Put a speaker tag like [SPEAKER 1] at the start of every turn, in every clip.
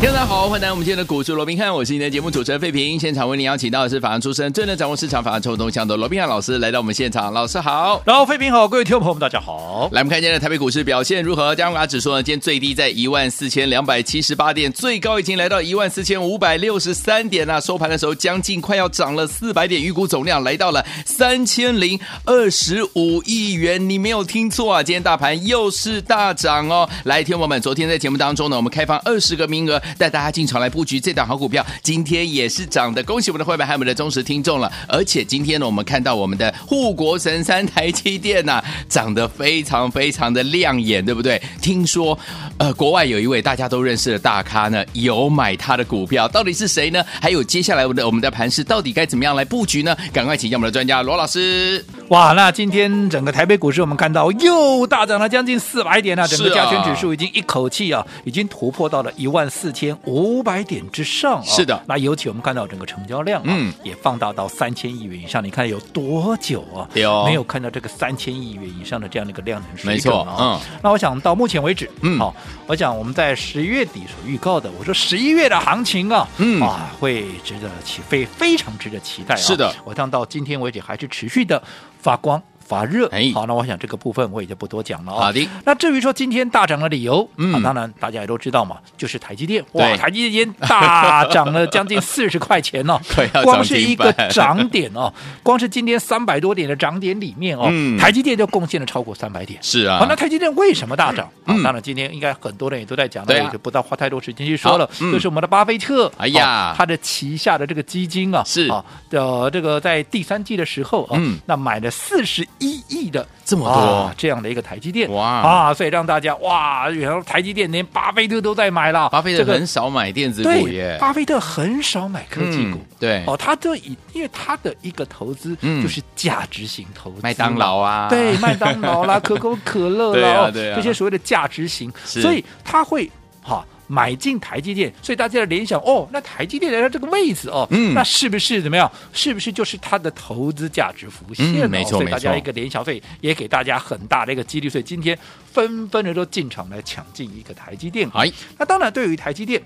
[SPEAKER 1] 听众大家好，欢迎来到我们今天的股市罗宾汉，我是你的节目主持人费平。现场为您邀请到的是法案出身、最能掌握市场法案臭动向的罗宾汉老师来到我们现场，老师好。
[SPEAKER 2] 然后，费平好，各位听众朋友们，大家好。
[SPEAKER 1] 来，我们看今天的台北股市表现如何？加权指数呢？今天最低在一万四千两百七十八点，最高已经来到一万四千五百六十三点啊！收盘的时候将近快要涨了四百点，预估总量来到了三千零二十五亿元。你没有听错啊！今天大盘又是大涨哦。来，听众朋友们，昨天在节目当中呢，我们开放二十个名额，带大家进场来布局这档好股票，今天也是涨的，恭喜我们的会员还有我们的忠实听众了。而且今天呢，我们看到我们的护国神山台积电呐、涨得非常非常的亮眼，对不对？听说，呃，国外有一位大家都认识的大咖呢，有买他的股票，到底是谁呢？还有接下来我们的我们的盘势到底该怎么样来布局呢？赶快请教我们的专家罗老师。
[SPEAKER 2] 哇，那今天整个台北股市我们看到又大涨了将近四百点啊，整个
[SPEAKER 1] 是啊
[SPEAKER 2] 加权指数已经一口气啊，已经突破到了一万四千五百点之上、啊。
[SPEAKER 1] 是的
[SPEAKER 2] 那尤其我们看到整个成交量啊，
[SPEAKER 1] 嗯
[SPEAKER 2] 也放大到三千亿元以上，你看有多久啊？
[SPEAKER 1] 对哦
[SPEAKER 2] 没有看到这个三千亿元以上的这样的一个量能水
[SPEAKER 1] 没
[SPEAKER 2] 准
[SPEAKER 1] 错
[SPEAKER 2] 啊。，那我想到目前为止，
[SPEAKER 1] 嗯
[SPEAKER 2] 好、我想我们在十月底所预告的，我说十一月的行情啊，
[SPEAKER 1] 嗯
[SPEAKER 2] 啊，会值得期非非常值得期待啊。
[SPEAKER 1] 是的，
[SPEAKER 2] 我想到今天为止还是持续的发光。发热，
[SPEAKER 1] 哎
[SPEAKER 2] 好，那我想这个部分我也就不多讲了啊、
[SPEAKER 1] 好的
[SPEAKER 2] 那至于说今天大涨的理由，
[SPEAKER 1] 嗯
[SPEAKER 2] 啊，当然大家也都知道嘛，就是台积电，
[SPEAKER 1] 对
[SPEAKER 2] 哇，台积电大涨了 将近四十块钱哦
[SPEAKER 1] 快要，
[SPEAKER 2] 光是一个
[SPEAKER 1] 涨停板
[SPEAKER 2] 涨点哦，光是今天三百多点的涨点里面哦，
[SPEAKER 1] 嗯
[SPEAKER 2] 台积电就贡献了超过三百点，
[SPEAKER 1] 是啊
[SPEAKER 2] 好，那台积电为什么大涨？
[SPEAKER 1] 嗯
[SPEAKER 2] 啊当然今天应该很多人也都在讲，
[SPEAKER 1] 对啊
[SPEAKER 2] 那也就不再花太多时间去说了
[SPEAKER 1] 好。嗯
[SPEAKER 2] 就是我们的巴菲特，
[SPEAKER 1] 哎呀
[SPEAKER 2] 啊他的旗下的这个基金啊，
[SPEAKER 1] 是
[SPEAKER 2] 啊，呃，这个在第三季的时候啊
[SPEAKER 1] 嗯，
[SPEAKER 2] 那买了四十一亿的
[SPEAKER 1] 这么多
[SPEAKER 2] 啊这样的一个台积电，
[SPEAKER 1] 哇
[SPEAKER 2] 啊，所以让大家哇，原来台积电连巴菲特都在买了，
[SPEAKER 1] 巴菲特
[SPEAKER 2] 这个哦
[SPEAKER 1] 很少买电子股
[SPEAKER 2] 对，
[SPEAKER 1] 耶，
[SPEAKER 2] 巴菲特很少买科技股
[SPEAKER 1] 嗯，对
[SPEAKER 2] 哦，他都以因为他的一个投资
[SPEAKER 1] 嗯
[SPEAKER 2] 就是价值型投资嘛，
[SPEAKER 1] 麦当劳啊，
[SPEAKER 2] 嗯对，麦当 劳啦、可口可乐
[SPEAKER 1] 对啊
[SPEAKER 2] 啦，哦
[SPEAKER 1] 对啊
[SPEAKER 2] 这些所谓的价值型，
[SPEAKER 1] 是
[SPEAKER 2] 所以他会哈。买进台积电，所以大家的联想哦，那台积电来到这个位置哦，
[SPEAKER 1] 嗯
[SPEAKER 2] 那是不是怎么样？是不是就是它的投资价值浮现了、
[SPEAKER 1] 嗯没错
[SPEAKER 2] 所以大
[SPEAKER 1] 没
[SPEAKER 2] 家
[SPEAKER 1] 错
[SPEAKER 2] 一个联想，所以也给大家很大的一个激励。所以今天纷纷的都进场来抢进一个台积电股。
[SPEAKER 1] 哎
[SPEAKER 2] 那当然，对于台积电，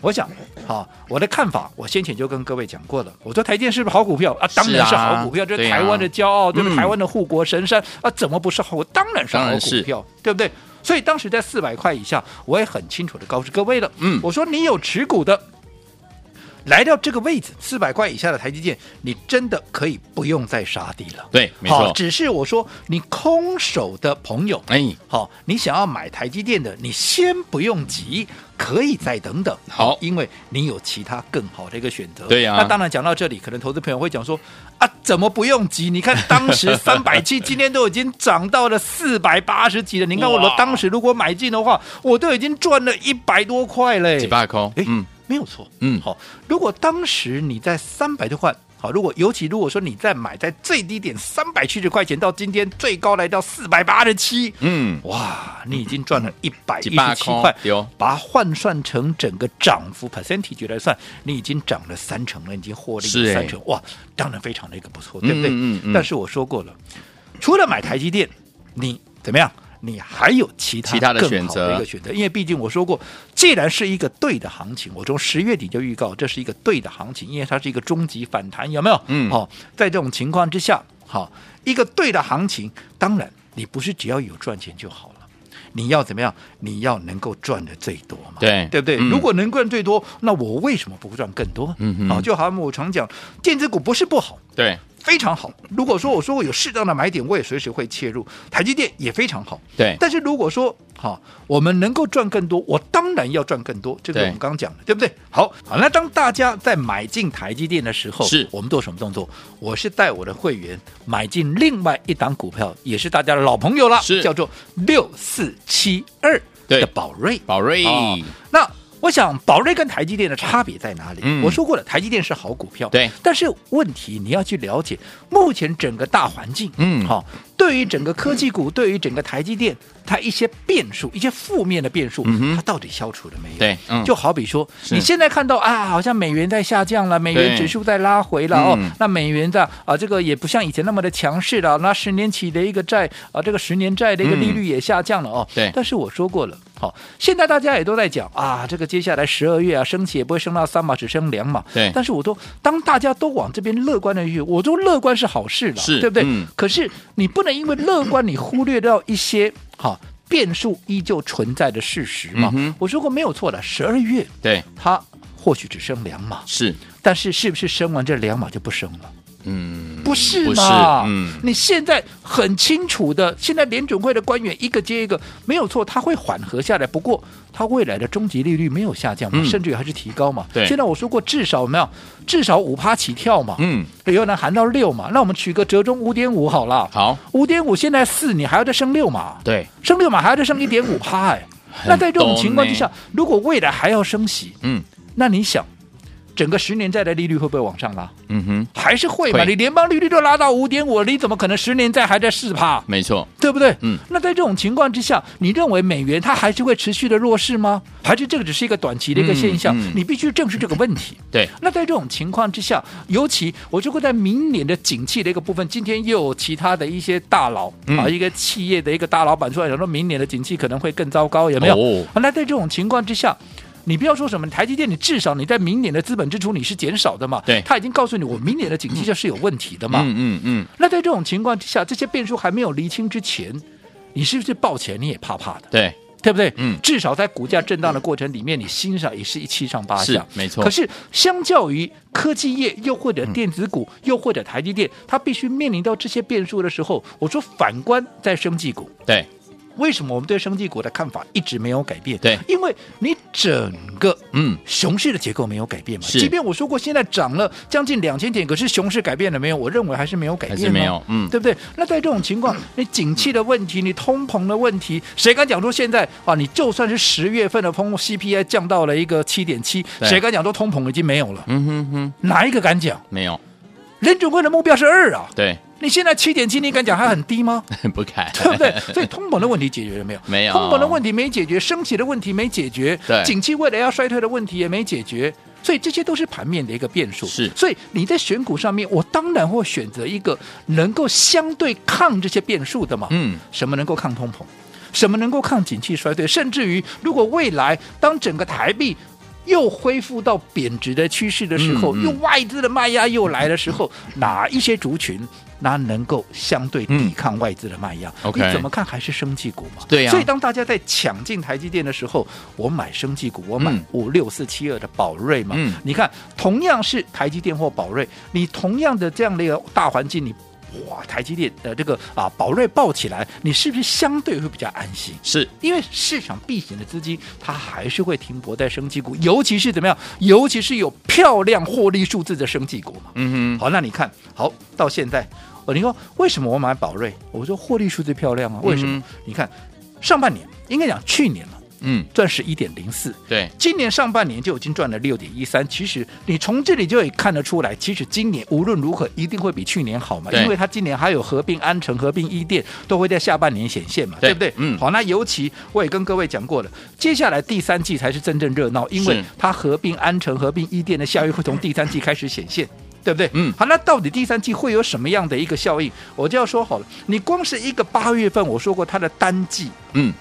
[SPEAKER 2] 我想，好、我的看法，我先前就跟各位讲过了。我说台积电是不是好股票啊？当然
[SPEAKER 1] 是
[SPEAKER 2] 是
[SPEAKER 1] 啊
[SPEAKER 2] 好股票，这
[SPEAKER 1] 对
[SPEAKER 2] 是
[SPEAKER 1] 啊
[SPEAKER 2] 台湾的骄傲，对不
[SPEAKER 1] 嗯
[SPEAKER 2] 对？台湾的护国神山啊，怎么不是好？我当然是
[SPEAKER 1] 当
[SPEAKER 2] 好
[SPEAKER 1] 然是
[SPEAKER 2] 股票，对不对？所以当时在四百块以下，我也很清楚的告诉各位了。
[SPEAKER 1] 嗯
[SPEAKER 2] 我说你有持股的，来到这个位置四百块以下的台积电，你真的可以不用再杀低了。
[SPEAKER 1] 对，没
[SPEAKER 2] 好，
[SPEAKER 1] 错，
[SPEAKER 2] 只是我说你空手的朋友，
[SPEAKER 1] 哎，
[SPEAKER 2] 好，你想要买台积电的，你先不用急，可以再等等。
[SPEAKER 1] 好
[SPEAKER 2] 因为你有其他更好的一个选择。
[SPEAKER 1] 对呀
[SPEAKER 2] 那当然，讲到这里，可能投资朋友会讲说啊，怎么不用急？你看 当时三百七，今天都已经涨到了四百八十几了。你看我
[SPEAKER 1] 哇
[SPEAKER 2] 当时如果买进的话，我都已经赚了一百多块嘞。
[SPEAKER 1] 几把空，
[SPEAKER 2] 哎，
[SPEAKER 1] 嗯，
[SPEAKER 2] 没有错，
[SPEAKER 1] 嗯
[SPEAKER 2] 好，如果当时你在三百多块。好，如果尤其如果说你在买在最低点三百七十块钱，到今天最高来到四百八十七，
[SPEAKER 1] 嗯，
[SPEAKER 2] 哇，你已经赚了一百
[SPEAKER 1] 几
[SPEAKER 2] 一
[SPEAKER 1] 百块
[SPEAKER 2] 十七块，
[SPEAKER 1] 对哦
[SPEAKER 2] 把它换算成整个涨幅 percentage 来算，你已经涨了三成了，你已经获利
[SPEAKER 1] 是哎
[SPEAKER 2] 了三成，哇，当然非常的一个不错，对不
[SPEAKER 1] 嗯
[SPEAKER 2] 对？
[SPEAKER 1] 嗯嗯
[SPEAKER 2] 但是我说过了，除了买台积电，你怎么样？你还有其他
[SPEAKER 1] 其他的
[SPEAKER 2] 更
[SPEAKER 1] 选
[SPEAKER 2] 好
[SPEAKER 1] 择
[SPEAKER 2] 的一个选择，因为毕竟我说过，既然是一个对的行情，我从十月底就预告这是一个对的行情，因为它是一个终极反弹，有没有？
[SPEAKER 1] 嗯
[SPEAKER 2] 好、在这种情况之下，好、一个对的行情，当然你不是只要有赚钱就好了。你要怎么样？你要能够赚的最多嘛，
[SPEAKER 1] 对
[SPEAKER 2] 对不对？
[SPEAKER 1] 嗯
[SPEAKER 2] 如果能赚最多，那我为什么不赚更多？
[SPEAKER 1] 嗯哼
[SPEAKER 2] 好，就好像我常讲，电子股不是不好，
[SPEAKER 1] 对，
[SPEAKER 2] 非常好。如果说我说我有适当的买点，我也随时会切入。台积电也非常好，
[SPEAKER 1] 对
[SPEAKER 2] 但是如果说好、我们能够赚更多，我当然要赚更多。这个
[SPEAKER 1] 对
[SPEAKER 2] 我们刚刚讲的，对不对？好，好，那当大家在买进台积电的时候，
[SPEAKER 1] 是
[SPEAKER 2] 我们做什么动作？我是带我的会员买进另外一档股票，也是大家的老朋友了，
[SPEAKER 1] 是
[SPEAKER 2] 叫做六四七二
[SPEAKER 1] 对
[SPEAKER 2] 的宝瑞。
[SPEAKER 1] 宝瑞，
[SPEAKER 2] 哦那我想宝瑞跟台积电的差别在哪里？
[SPEAKER 1] 嗯
[SPEAKER 2] 我说过了，台积电是好股票，
[SPEAKER 1] 对
[SPEAKER 2] 但是问题你要去了解目前整个大环境，
[SPEAKER 1] 嗯
[SPEAKER 2] 好、对于整个科技股，对于整个台积电，它一些变数，一些负面的变数，
[SPEAKER 1] 嗯哼
[SPEAKER 2] 它到底消除了没有？
[SPEAKER 1] 对嗯
[SPEAKER 2] 就好比说，
[SPEAKER 1] 是
[SPEAKER 2] 你现在看到啊，好像美元在下降了，美元
[SPEAKER 1] 对
[SPEAKER 2] 指数在拉回了哦
[SPEAKER 1] 嗯，
[SPEAKER 2] 那美元的啊，这个也不像以前那么的强势了，那十年期的一个债啊，这个十年债的一个利率也下降了哦。
[SPEAKER 1] 嗯对
[SPEAKER 2] 但是我说过了，好、现在大家也都在讲啊，这个接下来十二月啊，升息也不会升到三码，只升两码。
[SPEAKER 1] 对
[SPEAKER 2] 但是我都当大家都往这边乐观的去，我都乐观是好事了，
[SPEAKER 1] 是
[SPEAKER 2] 对不对？
[SPEAKER 1] 嗯
[SPEAKER 2] 可是你不能因为乐观，你忽略掉一些好、变数依旧存在的事实嘛。
[SPEAKER 1] 嗯哼
[SPEAKER 2] 我说过没有错的，十二月
[SPEAKER 1] 对，
[SPEAKER 2] 它或许只升两码，
[SPEAKER 1] 是，
[SPEAKER 2] 但是是不是升完这两码就不升了？
[SPEAKER 1] 嗯，
[SPEAKER 2] 不是
[SPEAKER 1] 不是
[SPEAKER 2] 嘛？
[SPEAKER 1] 嗯
[SPEAKER 2] 你现在很清楚的，现在联准会的官员一个接一个，没有错，它会缓和下来。不过，它未来的终极利率没有下降嘛，
[SPEAKER 1] 嗯
[SPEAKER 2] 甚至于还是提高嘛。
[SPEAKER 1] 对
[SPEAKER 2] 现在我说过，至少有没有至少五趴起跳嘛。
[SPEAKER 1] 嗯，
[SPEAKER 2] 有能含到六嘛？那我们取个折中五点五好了。
[SPEAKER 1] 好，
[SPEAKER 2] 五点五现在四，你还要再升六嘛？
[SPEAKER 1] 对，
[SPEAKER 2] 升六嘛，还要再升一点五趴哎。
[SPEAKER 1] 很欸
[SPEAKER 2] 那在这种情况之
[SPEAKER 1] 多
[SPEAKER 2] 下，如果未来还要升息，
[SPEAKER 1] 嗯
[SPEAKER 2] 那你想，整个十年债的利率会不会往上拉？
[SPEAKER 1] 嗯哼，
[SPEAKER 2] 还是会嘛？
[SPEAKER 1] 会
[SPEAKER 2] 你联邦利率都拉到五点五，你怎么可能十年债还在四趴？
[SPEAKER 1] 没错，
[SPEAKER 2] 对不对？
[SPEAKER 1] 嗯。
[SPEAKER 2] 那在这种情况之下，你认为美元它还是会持续的弱势吗？还是这个只是一个短期的一个现象？
[SPEAKER 1] 嗯嗯
[SPEAKER 2] 你必须正视这个问题。
[SPEAKER 1] 对，
[SPEAKER 2] 那在这种情况之下，尤其我就会在明年的景气的一个部分，今天又有其他的一些大佬、
[SPEAKER 1] 嗯
[SPEAKER 2] 啊，一个企业的一个大老板出来讲说，明年的景气可能会更糟糕，有没有？
[SPEAKER 1] 哦
[SPEAKER 2] 啊那在这种情况之下。你不要说什么台积电，你至少你在明年的资本支出你是减少的嘛？
[SPEAKER 1] 对
[SPEAKER 2] 他已经告诉你，我明年的景气就是有问题的嘛。
[SPEAKER 1] 嗯嗯嗯，
[SPEAKER 2] 那在这种情况之下，这些变数还没有厘清之前，你是不是抱起来你也怕怕的？
[SPEAKER 1] 对，
[SPEAKER 2] 对不对？
[SPEAKER 1] 嗯
[SPEAKER 2] 至少在股价震荡的过程里面，你欣赏也是一七上八
[SPEAKER 1] 是
[SPEAKER 2] 下，
[SPEAKER 1] 没错
[SPEAKER 2] 可是相较于科技业，又或者电子股，
[SPEAKER 1] 嗯
[SPEAKER 2] 又或者台积电，它必须面临到这些变数的时候，我说反观在生技股，
[SPEAKER 1] 对，
[SPEAKER 2] 为什么我们对生技股的看法一直没有改变？
[SPEAKER 1] 对
[SPEAKER 2] 因为你整个
[SPEAKER 1] 嗯，
[SPEAKER 2] 熊市的结构没有改变嘛。
[SPEAKER 1] 是
[SPEAKER 2] 即便我说过现在涨了将近两千点，可是熊市改变了没有？我认为还是没有改变、
[SPEAKER 1] 还
[SPEAKER 2] 啊，
[SPEAKER 1] 是没有嗯
[SPEAKER 2] 对不对？那在这种情况，你景气的问题，你通膨的问题，谁敢讲说现在啊？你就算是十月份的通 CPI 降到了一个七点七，
[SPEAKER 1] 对
[SPEAKER 2] 谁敢讲说通膨已经没有了？
[SPEAKER 1] 嗯哼哼，
[SPEAKER 2] 哪一个敢讲？
[SPEAKER 1] 没有，
[SPEAKER 2] 联准会的目标是二啊，
[SPEAKER 1] 对，
[SPEAKER 2] 你现在七点七，你敢讲它很低吗？
[SPEAKER 1] 不改，
[SPEAKER 2] 对不对？所以通膨的问题解决了没有？
[SPEAKER 1] 没有
[SPEAKER 2] 通膨的问题没解决，升息的问题没解决，
[SPEAKER 1] 对
[SPEAKER 2] 景气未来要衰退的问题也没解决。所以这些都是盘面的一个变数，
[SPEAKER 1] 是
[SPEAKER 2] 所以你在选股上面，我当然会选择一个能够相对抗这些变数的嘛。
[SPEAKER 1] 嗯，
[SPEAKER 2] 什么能够抗通膨？什么能够抗景气衰退？甚至于，如果未来当整个台币又恢复到贬值的趋势的时候，
[SPEAKER 1] 嗯嗯
[SPEAKER 2] 又外资的卖压又来的时候，哪一些族群它能够相对抵抗外资的卖压？
[SPEAKER 1] OK
[SPEAKER 2] 你怎么看还是生技股嘛？
[SPEAKER 1] 对呀
[SPEAKER 2] 所以当大家在抢进台积电的时候，我买生技股，我买
[SPEAKER 1] 嗯
[SPEAKER 2] 五六四七二的宝瑞嘛。
[SPEAKER 1] 嗯
[SPEAKER 2] 你看，同样是台积电或宝瑞，你同样的这样的一个大环境，你。哇，台积电的这个啊，宝瑞爆起来，你是不是相对会比较安心？
[SPEAKER 1] 是，
[SPEAKER 2] 因为市场避险的资金，它还是会停泊在升级股，尤其是怎么样？尤其是有漂亮获利数字的升级股嘛。
[SPEAKER 1] 嗯哼，
[SPEAKER 2] 好，那你看好到现在，哦，你说为什么我买宝瑞？我说获利数字漂亮啊，为什么？
[SPEAKER 1] 嗯
[SPEAKER 2] 你看上半年应该讲去年了，
[SPEAKER 1] 嗯，
[SPEAKER 2] 赚十一点零四。
[SPEAKER 1] 对，
[SPEAKER 2] 今年上半年就已经赚了六点一三，其实你从这里就可以看得出来，其实今年无论如何一定会比去年好嘛，
[SPEAKER 1] 对
[SPEAKER 2] 因为它今年还有合并安城、合并一店，都会在下半年显现嘛，
[SPEAKER 1] 对
[SPEAKER 2] 对不对？
[SPEAKER 1] 嗯
[SPEAKER 2] 好，那尤其我也跟各位讲过了，接下来第三季才是真正热闹，因为
[SPEAKER 1] 是
[SPEAKER 2] 它合并安城、合并一店的效益会从第三季开始显现。对不对？
[SPEAKER 1] 嗯
[SPEAKER 2] 好，那到底第三季会有什么样的一个效应？我就要说好了，你光是一个八月份，我说过它的单季
[SPEAKER 1] 嗯，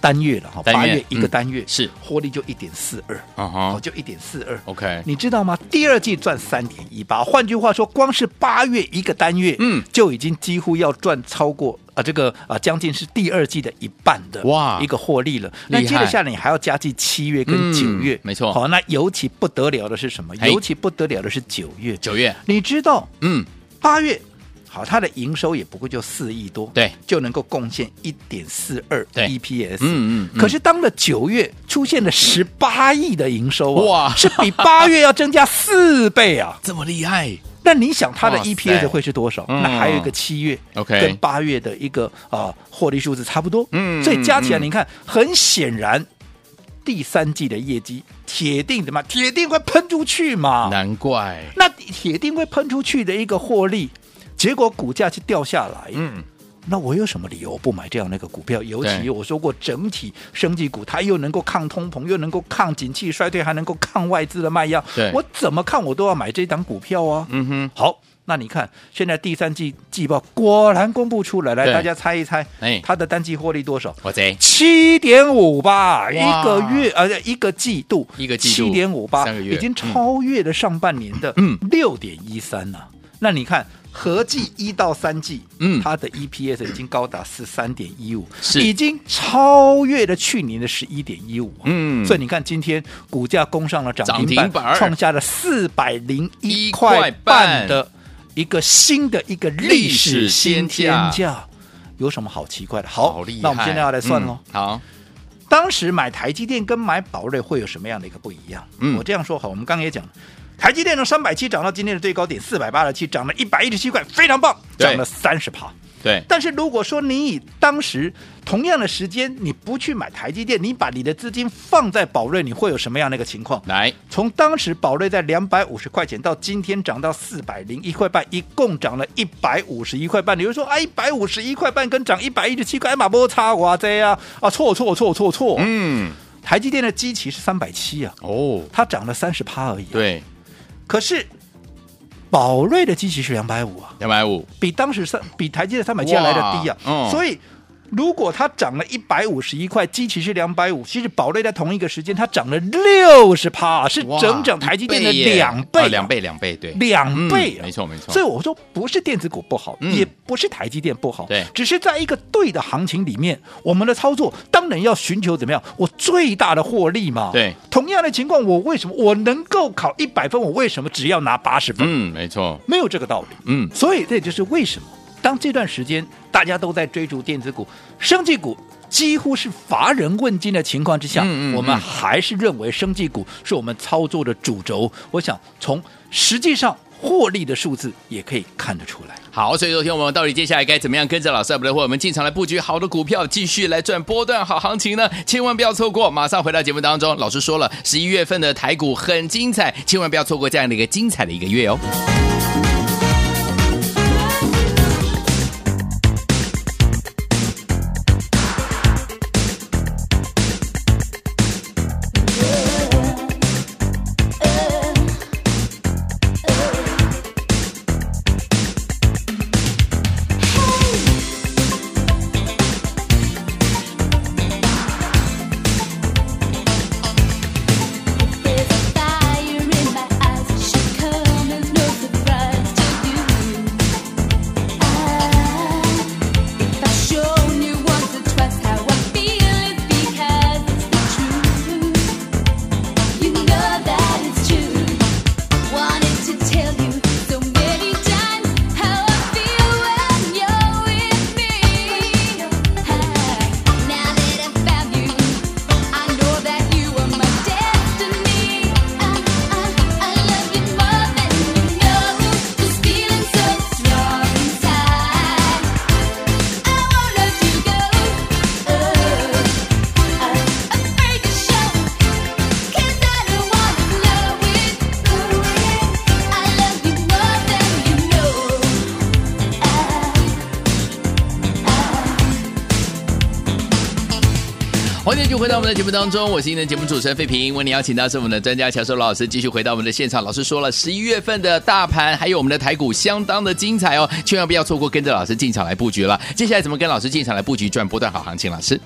[SPEAKER 2] 单月了哈，
[SPEAKER 1] 单
[SPEAKER 2] 八
[SPEAKER 1] 月
[SPEAKER 2] 月一个
[SPEAKER 1] 嗯
[SPEAKER 2] 单月、
[SPEAKER 1] 是
[SPEAKER 2] 获利就一点四二，
[SPEAKER 1] 啊
[SPEAKER 2] 哦，
[SPEAKER 1] 哈
[SPEAKER 2] 就一点四二。
[SPEAKER 1] ，OK，
[SPEAKER 2] 你知道吗？第二季赚三点一八，换句话说，光是八月一个单月，
[SPEAKER 1] 嗯
[SPEAKER 2] 就已经几乎要赚超过啊、这个啊、将近是第二季的一半的
[SPEAKER 1] 哇
[SPEAKER 2] 一个获利了。那
[SPEAKER 1] 厉害
[SPEAKER 2] 接着下来，你还要加计七月
[SPEAKER 1] 嗯
[SPEAKER 2] 跟九月，
[SPEAKER 1] 没错
[SPEAKER 2] 好，那尤其不得了的是什么？
[SPEAKER 1] 嘿
[SPEAKER 2] 尤其不得了的是九月，
[SPEAKER 1] 九月，
[SPEAKER 2] 你知道
[SPEAKER 1] 嗯，
[SPEAKER 2] 八月。好，它的营收也不过就四亿多，
[SPEAKER 1] 对，
[SPEAKER 2] 就能够贡献一点四二
[SPEAKER 1] 对
[SPEAKER 2] EPS，
[SPEAKER 1] 嗯嗯嗯
[SPEAKER 2] 可是当了九月出现了十八亿的营收啊，
[SPEAKER 1] 哇！
[SPEAKER 2] 是比八月要增加四倍啊
[SPEAKER 1] 这么厉害
[SPEAKER 2] 那你想它的
[SPEAKER 1] 哇塞
[SPEAKER 2] EPS 会是多少？
[SPEAKER 1] 嗯
[SPEAKER 2] 那还有一个七月
[SPEAKER 1] OK
[SPEAKER 2] 跟八月的一个啊、呃获利数字差不多，
[SPEAKER 1] 嗯
[SPEAKER 2] 所以加起来
[SPEAKER 1] 嗯嗯
[SPEAKER 2] 你看，很显然。第三季的业绩铁定怎么样铁定会喷出去嘛？
[SPEAKER 1] 难怪，
[SPEAKER 2] 那铁定会喷出去的一个获利，结果股价就掉下来。
[SPEAKER 1] 嗯，
[SPEAKER 2] 那我有什么理由不买这样的一个股票？尤
[SPEAKER 1] 对
[SPEAKER 2] 其我说过，整体升级股它又能够抗通膨，又能够抗景气衰退，还能够抗外资的卖压
[SPEAKER 1] 对。
[SPEAKER 2] 我怎么看我都要买这档股票啊。
[SPEAKER 1] 嗯哼，
[SPEAKER 2] 好，那你看现在第三季季报果然公布出来，来
[SPEAKER 1] 对
[SPEAKER 2] 大家猜一猜
[SPEAKER 1] 哎，
[SPEAKER 2] 它的单季获利多少？
[SPEAKER 1] 我贼
[SPEAKER 2] 七点五八，
[SPEAKER 1] 哇
[SPEAKER 2] 一个月呃一个季度，
[SPEAKER 1] 一个季度
[SPEAKER 2] 七点五八
[SPEAKER 1] 三个，月
[SPEAKER 2] 已经超越了上半年的
[SPEAKER 1] 嗯
[SPEAKER 2] 六点一三了。那你看。合计一到三季，
[SPEAKER 1] 嗯
[SPEAKER 2] 它的 EPS 已经高达十三点一五，
[SPEAKER 1] 是
[SPEAKER 2] 已经超越了去年的十一点一五，啊
[SPEAKER 1] 嗯
[SPEAKER 2] 所以你看今天股价攻上了涨停
[SPEAKER 1] 涨停
[SPEAKER 2] 板，
[SPEAKER 1] 板
[SPEAKER 2] 创下了四百零
[SPEAKER 1] 一
[SPEAKER 2] 一
[SPEAKER 1] 块
[SPEAKER 2] 块
[SPEAKER 1] 半
[SPEAKER 2] 半的一个新的一个历史
[SPEAKER 1] 历
[SPEAKER 2] 新天
[SPEAKER 1] 史先
[SPEAKER 2] 价，有什么好奇怪的？好，
[SPEAKER 1] 好厉害，
[SPEAKER 2] 那我们现在要来算喽。
[SPEAKER 1] 嗯好，
[SPEAKER 2] 当时买台积电跟买宝瑞会有什么样的一个不一样？
[SPEAKER 1] 嗯
[SPEAKER 2] 我这样说好，我们刚刚也讲了。台积电从三百七涨到今天的最高点四百八十七，涨了一百一十七块，非常棒，
[SPEAKER 1] 对
[SPEAKER 2] 涨了三十趴。
[SPEAKER 1] 对，
[SPEAKER 2] 但是如果说你以当时同样的时间，你不去买台积电，你把你的资金放在宝瑞，你会有什么样的一个情况？
[SPEAKER 1] 来，
[SPEAKER 2] 从当时宝瑞在两百五十块钱到今天涨到四百零一块半，一共涨了一百五十一块半。你就说，哎，一百五十一块半跟涨一百一十七块，哎马波差哇这啊啊，错错错错错。
[SPEAKER 1] 嗯，
[SPEAKER 2] 台积电的基期是三百七啊，
[SPEAKER 1] 哦，
[SPEAKER 2] 它涨了三十趴而已、，啊
[SPEAKER 1] 对，
[SPEAKER 2] 可是宝瑞的基期是两百五啊，
[SPEAKER 1] 两百五，
[SPEAKER 2] 比当时三比台积电三百七来的低啊。
[SPEAKER 1] 哇嗯
[SPEAKER 2] 所以如果它涨了一百五十一块，基期是两百五，其实宝瑞在同一个时间它涨了六十趴，是
[SPEAKER 1] 哇
[SPEAKER 2] 整整台积电的
[SPEAKER 1] 一耶
[SPEAKER 2] 两倍啊、
[SPEAKER 1] 哦两倍，两倍，对，
[SPEAKER 2] 两倍
[SPEAKER 1] 嗯
[SPEAKER 2] 啊、
[SPEAKER 1] 没错没错
[SPEAKER 2] 所以我说不是电子股不好，
[SPEAKER 1] 嗯
[SPEAKER 2] 也不是台积电不好，
[SPEAKER 1] 对
[SPEAKER 2] 只是在一个对的行情里面，我们的操作当然要寻求怎么样，我最大的获利嘛。
[SPEAKER 1] 对，
[SPEAKER 2] 同样的情况，我为什么我能够考一百分，我为什么只要拿八十分？
[SPEAKER 1] 嗯，没错，
[SPEAKER 2] 没有这个道理。
[SPEAKER 1] 嗯，
[SPEAKER 2] 所以这也就是为什么当这段时间大家都在追逐电子股、生技股。几乎是乏人问津的情况之
[SPEAKER 1] 嗯
[SPEAKER 2] 下，
[SPEAKER 1] 嗯嗯
[SPEAKER 2] 我们还是认为生技股是我们操作的主轴。我想从实际上获利的数字也可以看得出来。
[SPEAKER 1] 好，所以昨天我们到底接下来该怎么样跟着老师，不对，或我们进场来布局好的股票，继续来赚波段好行情呢？千万不要错过，马上回到节目当中。老师说了，十一月份的台股很精彩，千万不要错过这样的一个精彩的一个月哦。
[SPEAKER 3] Ah, Tell you so many times how I feel when you're with me. Now that I found you, I know that you are my destiny. I, I, I love you more than you know. This feeling so strong inside. I won't let you go. Oh, I'm afraid to show, 'cause I don't wanna know it. I love you more than you know.
[SPEAKER 1] 欢迎继续回到我们的节目当中，我是今天的节目主持人费平，为您邀请到是我们的专家乔寿罗老师，继续回到我们的现场。老师说了，十一月份的大盘还有我们的台股相当的精彩哦，千万不要错过，跟着老师进场来布局了。接下来怎么跟老师进场来布局赚波段好行情？老师，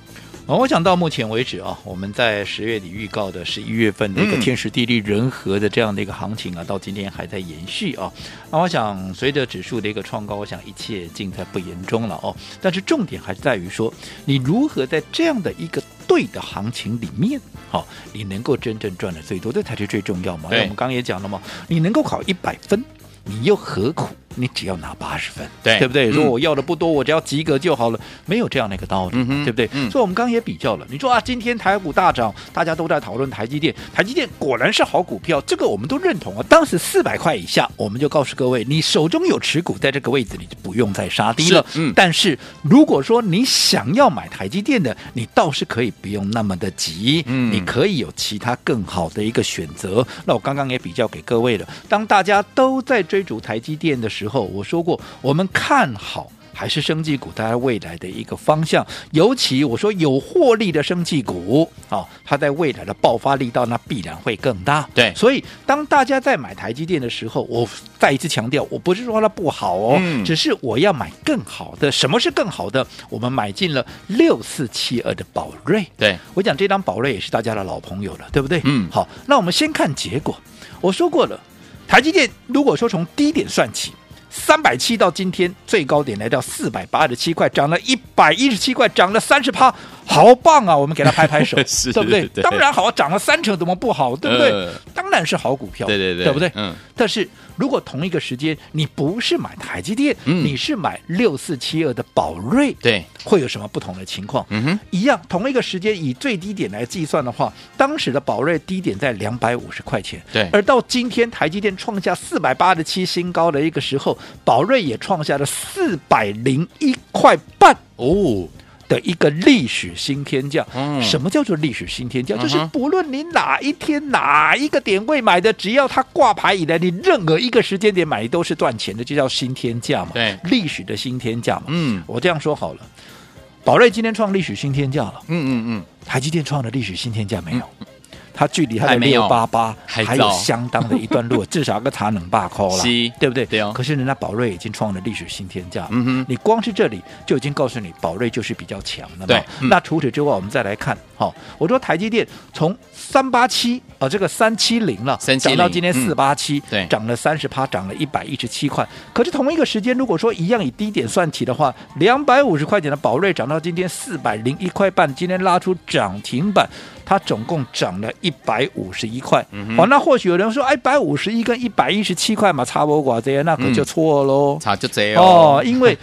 [SPEAKER 2] 哦，我想到目前为止啊，我们在十月底预告的十一月份的一个
[SPEAKER 1] 嗯
[SPEAKER 2] 天时地利人和的这样的一个行情啊，到今天还在延续啊。那我想随着指数的一个创高，我想一切尽在不言中了哦。但是重点还在于说，你如何在这样的一个对的行情里面，好、你能够真正赚的最多，这才是最重要嘛。
[SPEAKER 1] 对
[SPEAKER 2] 那我们刚刚也讲了嘛，你能够考一百分，你又何苦你只要拿八十分，
[SPEAKER 1] 对
[SPEAKER 2] 对不对？
[SPEAKER 1] 嗯
[SPEAKER 2] 说我要的不多，我只要及格就好了，没有这样的一个道理，
[SPEAKER 1] 嗯哼
[SPEAKER 2] 对不对？
[SPEAKER 1] 嗯
[SPEAKER 2] 所以我们刚刚也比较了，你说啊，今天台股大涨，大家都在讨论台积电，台积电果然是好股票，这个我们都认同啊。当时四百块以下，我们就告诉各位，你手中有持股，在这个位置你就不用再杀低了。
[SPEAKER 1] 是嗯
[SPEAKER 2] 但是如果说你想要买台积电的，你倒是可以不用那么的急，
[SPEAKER 1] 嗯
[SPEAKER 2] 你可以有其他更好的一个选择。那我刚刚也比较给各位了，当大家都在追逐台积电的时候，我说过我们看好。还是生技股，大家未来的一个方向，尤其我说有获利的生技股，哦，它在未来的爆发力道那必然会更大。
[SPEAKER 1] 对
[SPEAKER 2] 所以当大家在买台积电的时候，我再一次强调，我不是说它不好哦，
[SPEAKER 1] 嗯
[SPEAKER 2] 只只是我要买更好的。什么是更好的？我们买进了六四七二的宝瑞。
[SPEAKER 1] 对，
[SPEAKER 2] 我讲这张宝瑞也是大家的老朋友了，对不对？
[SPEAKER 1] 嗯，
[SPEAKER 2] 好，那我们先看结果。我说过了，台积电如果说从低点算起。三百七到今天最高点来到四百八十七块，涨了一百一十七块，涨了三十趴，好棒啊！我们给他拍拍手
[SPEAKER 1] 是
[SPEAKER 2] 对不对？
[SPEAKER 1] 对
[SPEAKER 2] 当然好，涨了三成怎么不好，对不对？
[SPEAKER 1] 呃
[SPEAKER 2] 当然是好股票，
[SPEAKER 1] 对对对
[SPEAKER 2] 对不对？
[SPEAKER 1] 嗯。
[SPEAKER 2] 但是如果同一个时间你不是买台积电，
[SPEAKER 1] 嗯
[SPEAKER 2] 你是买六四七二的宝瑞，
[SPEAKER 1] 对，
[SPEAKER 2] 会有什么不同的情况？
[SPEAKER 1] 嗯哼，
[SPEAKER 2] 一样，同一个时间以最低点来计算的话，当时的宝瑞低点在两百五十块钱，
[SPEAKER 1] 对
[SPEAKER 2] 而到今天台积电创下四百八十七新高的一个时候，宝瑞也创下了四百零一块半。
[SPEAKER 1] 哦，
[SPEAKER 2] 的一个历史新天价。
[SPEAKER 1] 嗯
[SPEAKER 2] 什么叫做历史新天价？
[SPEAKER 1] 嗯哼
[SPEAKER 2] 就是不论你哪一天哪一个点位买的，只要它挂牌以来，你任何一个时间点买都是赚钱的，这叫新天价嘛？
[SPEAKER 1] 对
[SPEAKER 2] 历史的新天价嘛。
[SPEAKER 1] 嗯
[SPEAKER 2] 我这样说好了，宝瑞今天创历史新天价了，
[SPEAKER 1] 嗯嗯
[SPEAKER 2] 台积电创了历史新天价没有？它距离它的
[SPEAKER 1] 还没有
[SPEAKER 2] 六八八
[SPEAKER 1] 还
[SPEAKER 2] 还
[SPEAKER 1] 早
[SPEAKER 2] 有相当的一段路，至少要个查能霸扣 了
[SPEAKER 1] 是，
[SPEAKER 2] 对不对？
[SPEAKER 1] 对哦
[SPEAKER 2] 可是人家宝瑞已经创了历史新天价了，
[SPEAKER 1] 嗯哼
[SPEAKER 2] 你光是这里就已经告诉你宝瑞就是比较强的嘛。
[SPEAKER 1] 对嗯
[SPEAKER 2] 那除此之外，我们再来看，好、我说台积电从三八七啊，这个三七零了，
[SPEAKER 1] 370
[SPEAKER 2] 涨到今天四八七，
[SPEAKER 1] 嗯对
[SPEAKER 2] 涨了三十趴，涨了一百一十七块。可是同一个时间，如果说一样以低点算起的话，两百五十块钱的宝瑞涨到今天四百零一块半，今天拉出涨停板，它总共涨了一百五十一块。
[SPEAKER 1] 嗯哼
[SPEAKER 2] 好，那或许有人说，哎，一百五十一跟一百一十七块嘛，差不多寡这那可就错喽
[SPEAKER 1] 嗯，。差就这
[SPEAKER 2] 哦，，因 为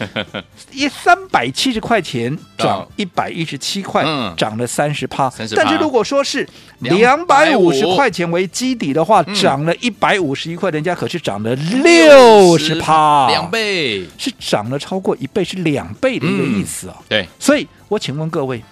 [SPEAKER 2] 一三百七十块钱涨一百一十七块
[SPEAKER 1] 嗯，
[SPEAKER 2] 涨了三十趴
[SPEAKER 1] 30%。
[SPEAKER 2] 但是如果说是两百五嗯十
[SPEAKER 1] 250
[SPEAKER 2] 块钱为基底的话，涨了一百五十一块，人家可是涨了六十
[SPEAKER 1] 60%
[SPEAKER 2] 趴，
[SPEAKER 1] 两，倍，
[SPEAKER 2] 是涨了超过一倍，是两倍的一个意思啊。
[SPEAKER 1] 对
[SPEAKER 2] 所以我请问各位，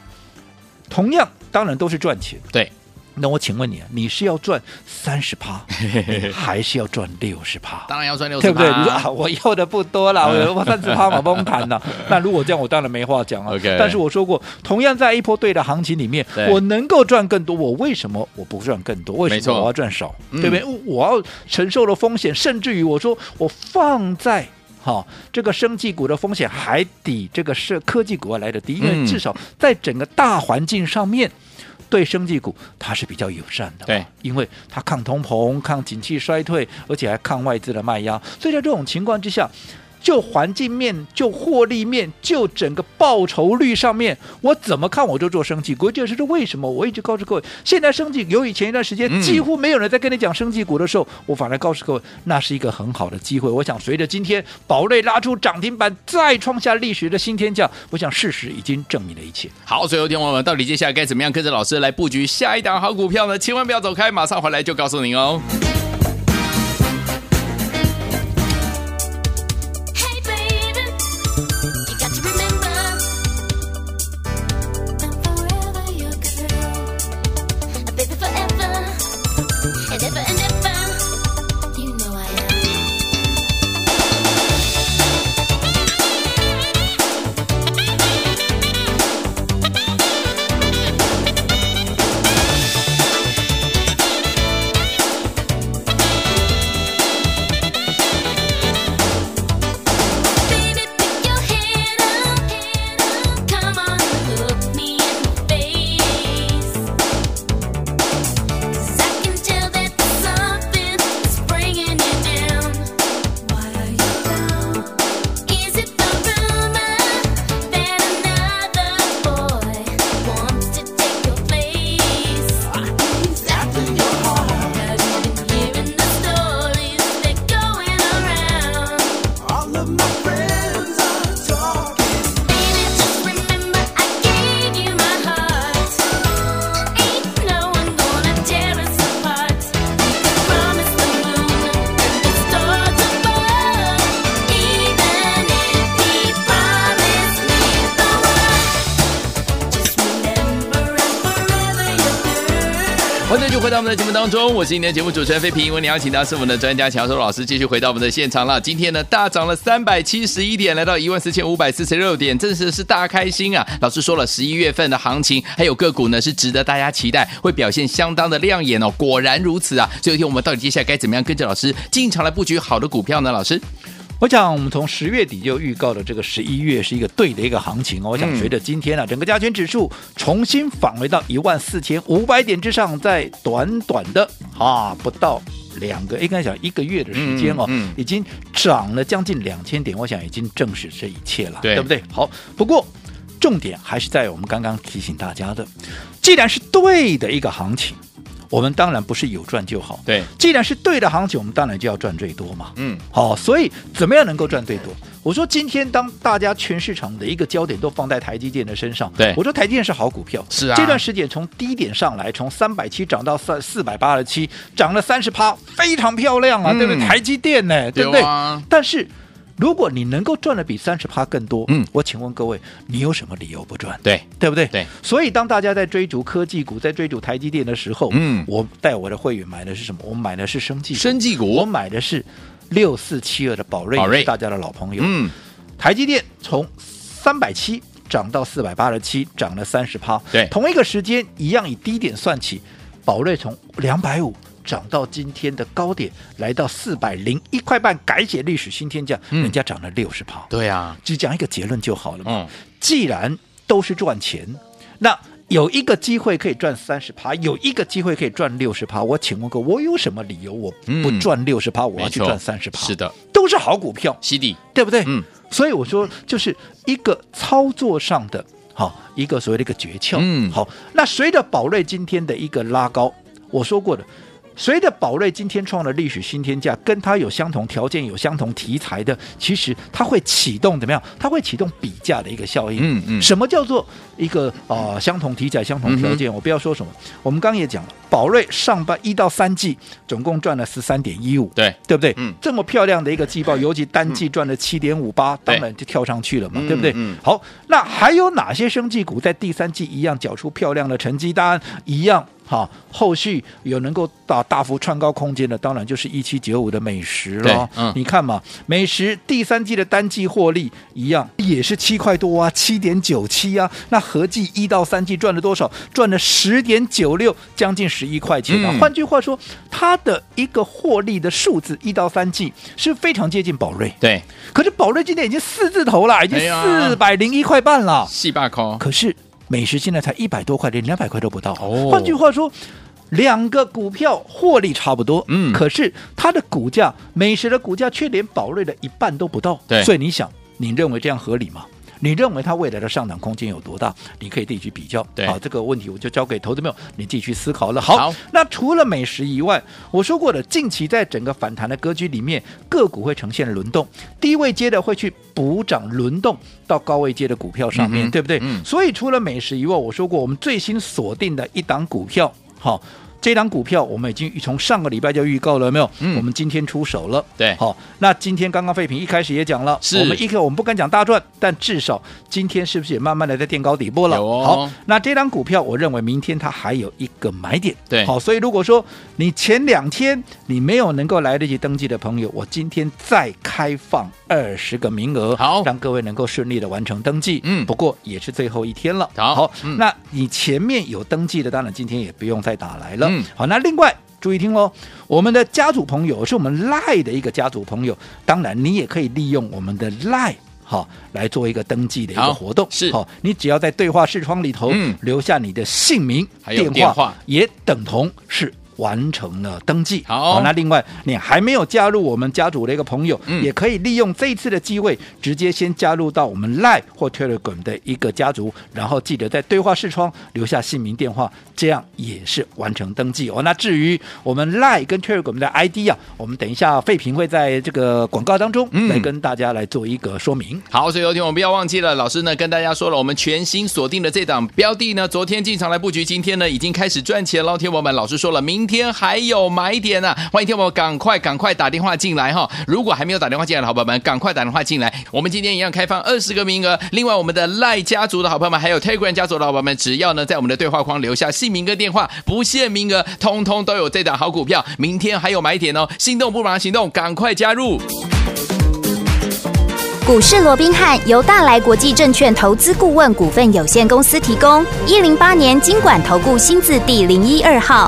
[SPEAKER 2] 同样当然都是赚钱，
[SPEAKER 1] 对，
[SPEAKER 2] 那我请问你，你是要赚三十趴，你还是要赚六十 趴？
[SPEAKER 1] 当然要赚六
[SPEAKER 2] 对
[SPEAKER 1] 十，
[SPEAKER 2] 不对？你说啊，我要的不 多啦，我我三十趴嘛，崩盘了。那如果这样，我当然没话讲了。
[SPEAKER 1] OK
[SPEAKER 2] 但是我说过，同样在一波对的行情里面
[SPEAKER 1] 对，
[SPEAKER 2] 我能够赚更多，我为什么我不赚更多？为
[SPEAKER 1] 没
[SPEAKER 2] 什
[SPEAKER 1] 错
[SPEAKER 2] 么我要赚少？
[SPEAKER 1] 嗯
[SPEAKER 2] 对不对？我要承受的风险，甚至于我说我放在。好，这个生技股的风险还抵这个是科技股要来的低，因
[SPEAKER 1] 嗯
[SPEAKER 2] 为至少在整个大环境上面，对生技股它是比较友善的。
[SPEAKER 1] 对，
[SPEAKER 2] 因为它抗通膨、抗景气衰退，而且还抗外资的卖压，所以在这种情况之下。就环境面、就获利面、就整个报酬率上面，我怎么看我就做生技股，这就是为什么我一直告诉各位，现在生技由以前一段时间
[SPEAKER 1] 嗯
[SPEAKER 2] 几乎没有人在跟你讲生技股的时候，我反而告诉各位，那是一个很好的机会。我想随着今天宝瑞拉出涨停板，再创下历史的新天价，我想事实已经证明了一切。
[SPEAKER 1] 好，所以有天我们到底接下来该怎么样跟着老师来布局下一档好股票呢？千万不要走开，马上回来就告诉您哦。
[SPEAKER 3] Hey baby, you got to remember I'm forever your girl, baby forever and ever and ever. You know I am.
[SPEAKER 4] All of my friends are talking.
[SPEAKER 3] Baby, just remember I gave you my heart. Ain't no one gonna tear us apart. Promise the moon and the stars above, even if he promised me the world. Just remember I'm forever your girl.
[SPEAKER 1] 欢迎继续回到我们的节目当中，我是今天的节目主持人费平。为你邀请到是我们的专家乔守老师，继续回到我们的现场了。今天呢，大涨了三百七十一点，来到一万四千五百四十六点，真是是大开心啊！老师说了，十一月份的行情还有个股呢，是值得大家期待，会表现相当的亮眼哦。果然如此啊！所以，我们到底接下来该怎么样跟着老师进场来布局好的股票呢？老师，
[SPEAKER 2] 我想我们从十月底就预告了，这个十一月是一个对的一个行
[SPEAKER 1] 嗯
[SPEAKER 2] 情哦。我想随着今天啊，整个加权指数重新返回到一万四千五百点之上，在短短的啊不到。两个应该讲一个月的时间哦，
[SPEAKER 1] 嗯嗯
[SPEAKER 2] 已经涨了将近两千点，我想已经证实这一切了，
[SPEAKER 1] 对
[SPEAKER 2] 不对？好，不过重点还是在我们刚刚提醒大家的，既然是对的一个行情，我们当然不是有赚就好，
[SPEAKER 1] 对
[SPEAKER 2] 既然是对的行情，我们当然就要赚最多嘛，
[SPEAKER 1] 嗯，
[SPEAKER 2] 好、所以怎么样能够赚最多？我说今天当大家全市场的一个焦点都放在台积电的身上，
[SPEAKER 1] 对
[SPEAKER 2] 我说台积电是好股票，
[SPEAKER 1] 是啊
[SPEAKER 2] 这段时间从低点上来，从三百七涨到三四百八十七，涨了三十趴，非常漂亮啊，
[SPEAKER 1] 嗯
[SPEAKER 2] 对不对？台积电呢、对不
[SPEAKER 1] 对
[SPEAKER 2] 对？
[SPEAKER 1] 啊
[SPEAKER 2] 但是。如果你能够赚的比三十趴更多，
[SPEAKER 1] 嗯
[SPEAKER 2] 我请问各位，你有什么理由不赚？
[SPEAKER 1] 对，
[SPEAKER 2] 对不对？
[SPEAKER 1] 对。
[SPEAKER 2] 所以当大家在追逐科技股，在追逐台积电的时候，
[SPEAKER 1] 嗯
[SPEAKER 2] 我带我的会员买的是什么？我买的是生技股，
[SPEAKER 1] 生技股
[SPEAKER 2] 我买的是六四七二的宝瑞，
[SPEAKER 1] 宝瑞
[SPEAKER 2] 也是大家的老朋友。
[SPEAKER 1] 嗯，
[SPEAKER 2] 台积电从三百七涨到四百八十七，涨了三十趴。
[SPEAKER 1] 对
[SPEAKER 2] 同一个时间一样以低点算起，宝瑞从两百五。涨到今天的高点，来到四百零一块半，改写历史新天价，
[SPEAKER 1] 嗯
[SPEAKER 2] 人家涨了六十趴。
[SPEAKER 1] 对啊，
[SPEAKER 2] 只讲一个结论就好了嘛。
[SPEAKER 1] 嗯
[SPEAKER 2] 既然都是赚钱，那有一个机会可以赚三十趴，有一个机会可以赚六十趴，我请问过，我有什么理由我不
[SPEAKER 1] 嗯
[SPEAKER 2] 赚六十趴，我要
[SPEAKER 1] 没
[SPEAKER 2] 去
[SPEAKER 1] 错
[SPEAKER 2] 赚三十趴？
[SPEAKER 1] 是，的，
[SPEAKER 2] 都是好股票，
[SPEAKER 1] 西底，
[SPEAKER 2] 对不对？
[SPEAKER 1] 嗯。
[SPEAKER 2] 所以我说，就是一个操作上的好一个所谓的一个诀窍。
[SPEAKER 1] 嗯
[SPEAKER 2] 好，那随着宝瑞今天的一个拉高，我说过的。随着宝瑞今天创了历史新天价，跟它有相同条件、有相同题材的，其实它会启动怎么样？它会启动比价的一个效应。
[SPEAKER 1] 嗯嗯
[SPEAKER 2] 什么叫做一个呃相同题材、相同条
[SPEAKER 1] 嗯
[SPEAKER 2] 件？我不要说什么，我们刚刚也讲了，宝瑞上半一到三季总共赚了十三点一五，
[SPEAKER 1] 对
[SPEAKER 2] 对不对？
[SPEAKER 1] 嗯
[SPEAKER 2] 这么漂亮的一个季报，尤其单季赚了七点五八，
[SPEAKER 1] 对
[SPEAKER 2] 当然就跳上去了嘛
[SPEAKER 1] 嗯，
[SPEAKER 2] 对不对？
[SPEAKER 1] 嗯
[SPEAKER 2] 好，那还有哪些生技股在第三季一样缴出漂亮的成绩单，一样？哈，后续有能够大大幅创高空间的，当然就是一七九五的美食
[SPEAKER 1] 对
[SPEAKER 2] 了。
[SPEAKER 1] 嗯
[SPEAKER 2] 你看嘛，美食第三季的单季获利一样也是七块多啊，七点九七啊，那合计一到三季赚了多少？赚了十点九六，将近十一块钱啊。
[SPEAKER 1] 嗯
[SPEAKER 2] 换句话说，它的一个获利的数字一到三季是非常接近宝瑞，
[SPEAKER 1] 对，
[SPEAKER 2] 可是宝瑞今天已经四字头了，已经
[SPEAKER 1] 哎呀
[SPEAKER 2] 四百零一块半了，
[SPEAKER 1] 细霸空，
[SPEAKER 2] 可是美食现在才一百多块，连两百块都不到。
[SPEAKER 1] 哦
[SPEAKER 2] 换句话说。两个股票获利差不多，
[SPEAKER 1] 嗯
[SPEAKER 2] 可是它的股价，美食的股价却连宝瑞的一半都不到，
[SPEAKER 1] 对
[SPEAKER 2] 所以你想，你认为这样合理吗？你认为它未来的上涨空间有多大？你可以自己去比较。
[SPEAKER 1] 对
[SPEAKER 2] 好，这个问题我就交给投资朋友，你自己去思考了。好，
[SPEAKER 1] 好
[SPEAKER 2] 那除了美食以外，我说过的，近期在整个反弹的格局里面，个股会呈现轮动，低位接的会去补涨轮动到高位接的股票上
[SPEAKER 1] 嗯
[SPEAKER 2] 面，
[SPEAKER 1] 哼
[SPEAKER 2] 对不对？
[SPEAKER 1] 嗯
[SPEAKER 2] 所以除了美食以外，我说过我们最新锁定的一档股票，好、这档股票我们已经从上个礼拜就预告了，有没有？
[SPEAKER 1] 嗯
[SPEAKER 2] 我们今天出手了。
[SPEAKER 1] 对
[SPEAKER 2] 好、那今天刚刚废品一开始也讲了，
[SPEAKER 1] 是
[SPEAKER 2] 我们一个我们不敢讲大赚，但至少今天是不是也慢慢的在垫高底部了？
[SPEAKER 1] 有哦
[SPEAKER 2] 好，那这档股票我认为明天它还有一个买点。
[SPEAKER 1] 对
[SPEAKER 2] 好，所以如果说你前两天你没有能够来得及登记的朋友，我今天再开放二十个名额，
[SPEAKER 1] 好
[SPEAKER 2] 让各位能够顺利的完成登记。
[SPEAKER 1] 嗯
[SPEAKER 2] 不过也是最后一天了。
[SPEAKER 1] 好嗯
[SPEAKER 2] 那你前面有登记的，当然今天也不用再打来
[SPEAKER 1] 嗯
[SPEAKER 2] 了。好，那另外。注意听喽，我们的家族朋友是我们赖的一个家族朋友，当然你也可以利用我们的赖好来做一个登记的一
[SPEAKER 1] 好
[SPEAKER 2] 个活动。
[SPEAKER 1] 是
[SPEAKER 2] 好，你只要在对话视窗里头
[SPEAKER 1] 嗯
[SPEAKER 2] 留下你的姓名、
[SPEAKER 1] 还有电话
[SPEAKER 2] 也等同是完成了登记。
[SPEAKER 1] 好
[SPEAKER 2] 那另外你还没有加入我们家族的一个朋友，
[SPEAKER 1] 嗯
[SPEAKER 2] 也可以利用这一次的机会，直接先加入到我们 Line 或 Telegram 的一个家族，然后记得在对话视窗留下姓名、电话，这样也是完成登记哦。那至于我们 Line 跟 Telegram 的 ID 啊，我们等一下费平会在这个广告当中
[SPEAKER 1] 嗯
[SPEAKER 2] 来跟大家来做一个说明。
[SPEAKER 1] 好，所以有天我们不要忘记了，老师呢跟大家说了，我们全新锁定的这档标的呢，昨天进场来布局，今天呢已经开始赚钱了。天宝们，老师说了，明天还有买点啊，欢迎天宝们赶快赶快打电话进来哈、如果还没有打电话进来的好朋友们，赶快打电话进来。我们今天一样开放二十个名额，另外我们的赖家族的好朋友们，还有 Telegram 家族的好朋友们，只要呢在我们的对话框留下姓名跟电话，不限名额，通通都有这档好股票。明天还有买点哦，心动不马上行动，赶快加入。
[SPEAKER 5] 股市罗宾汉由大来国际证券投资顾问股份有限公司提供。一零八年经管投顾新字第零一二号。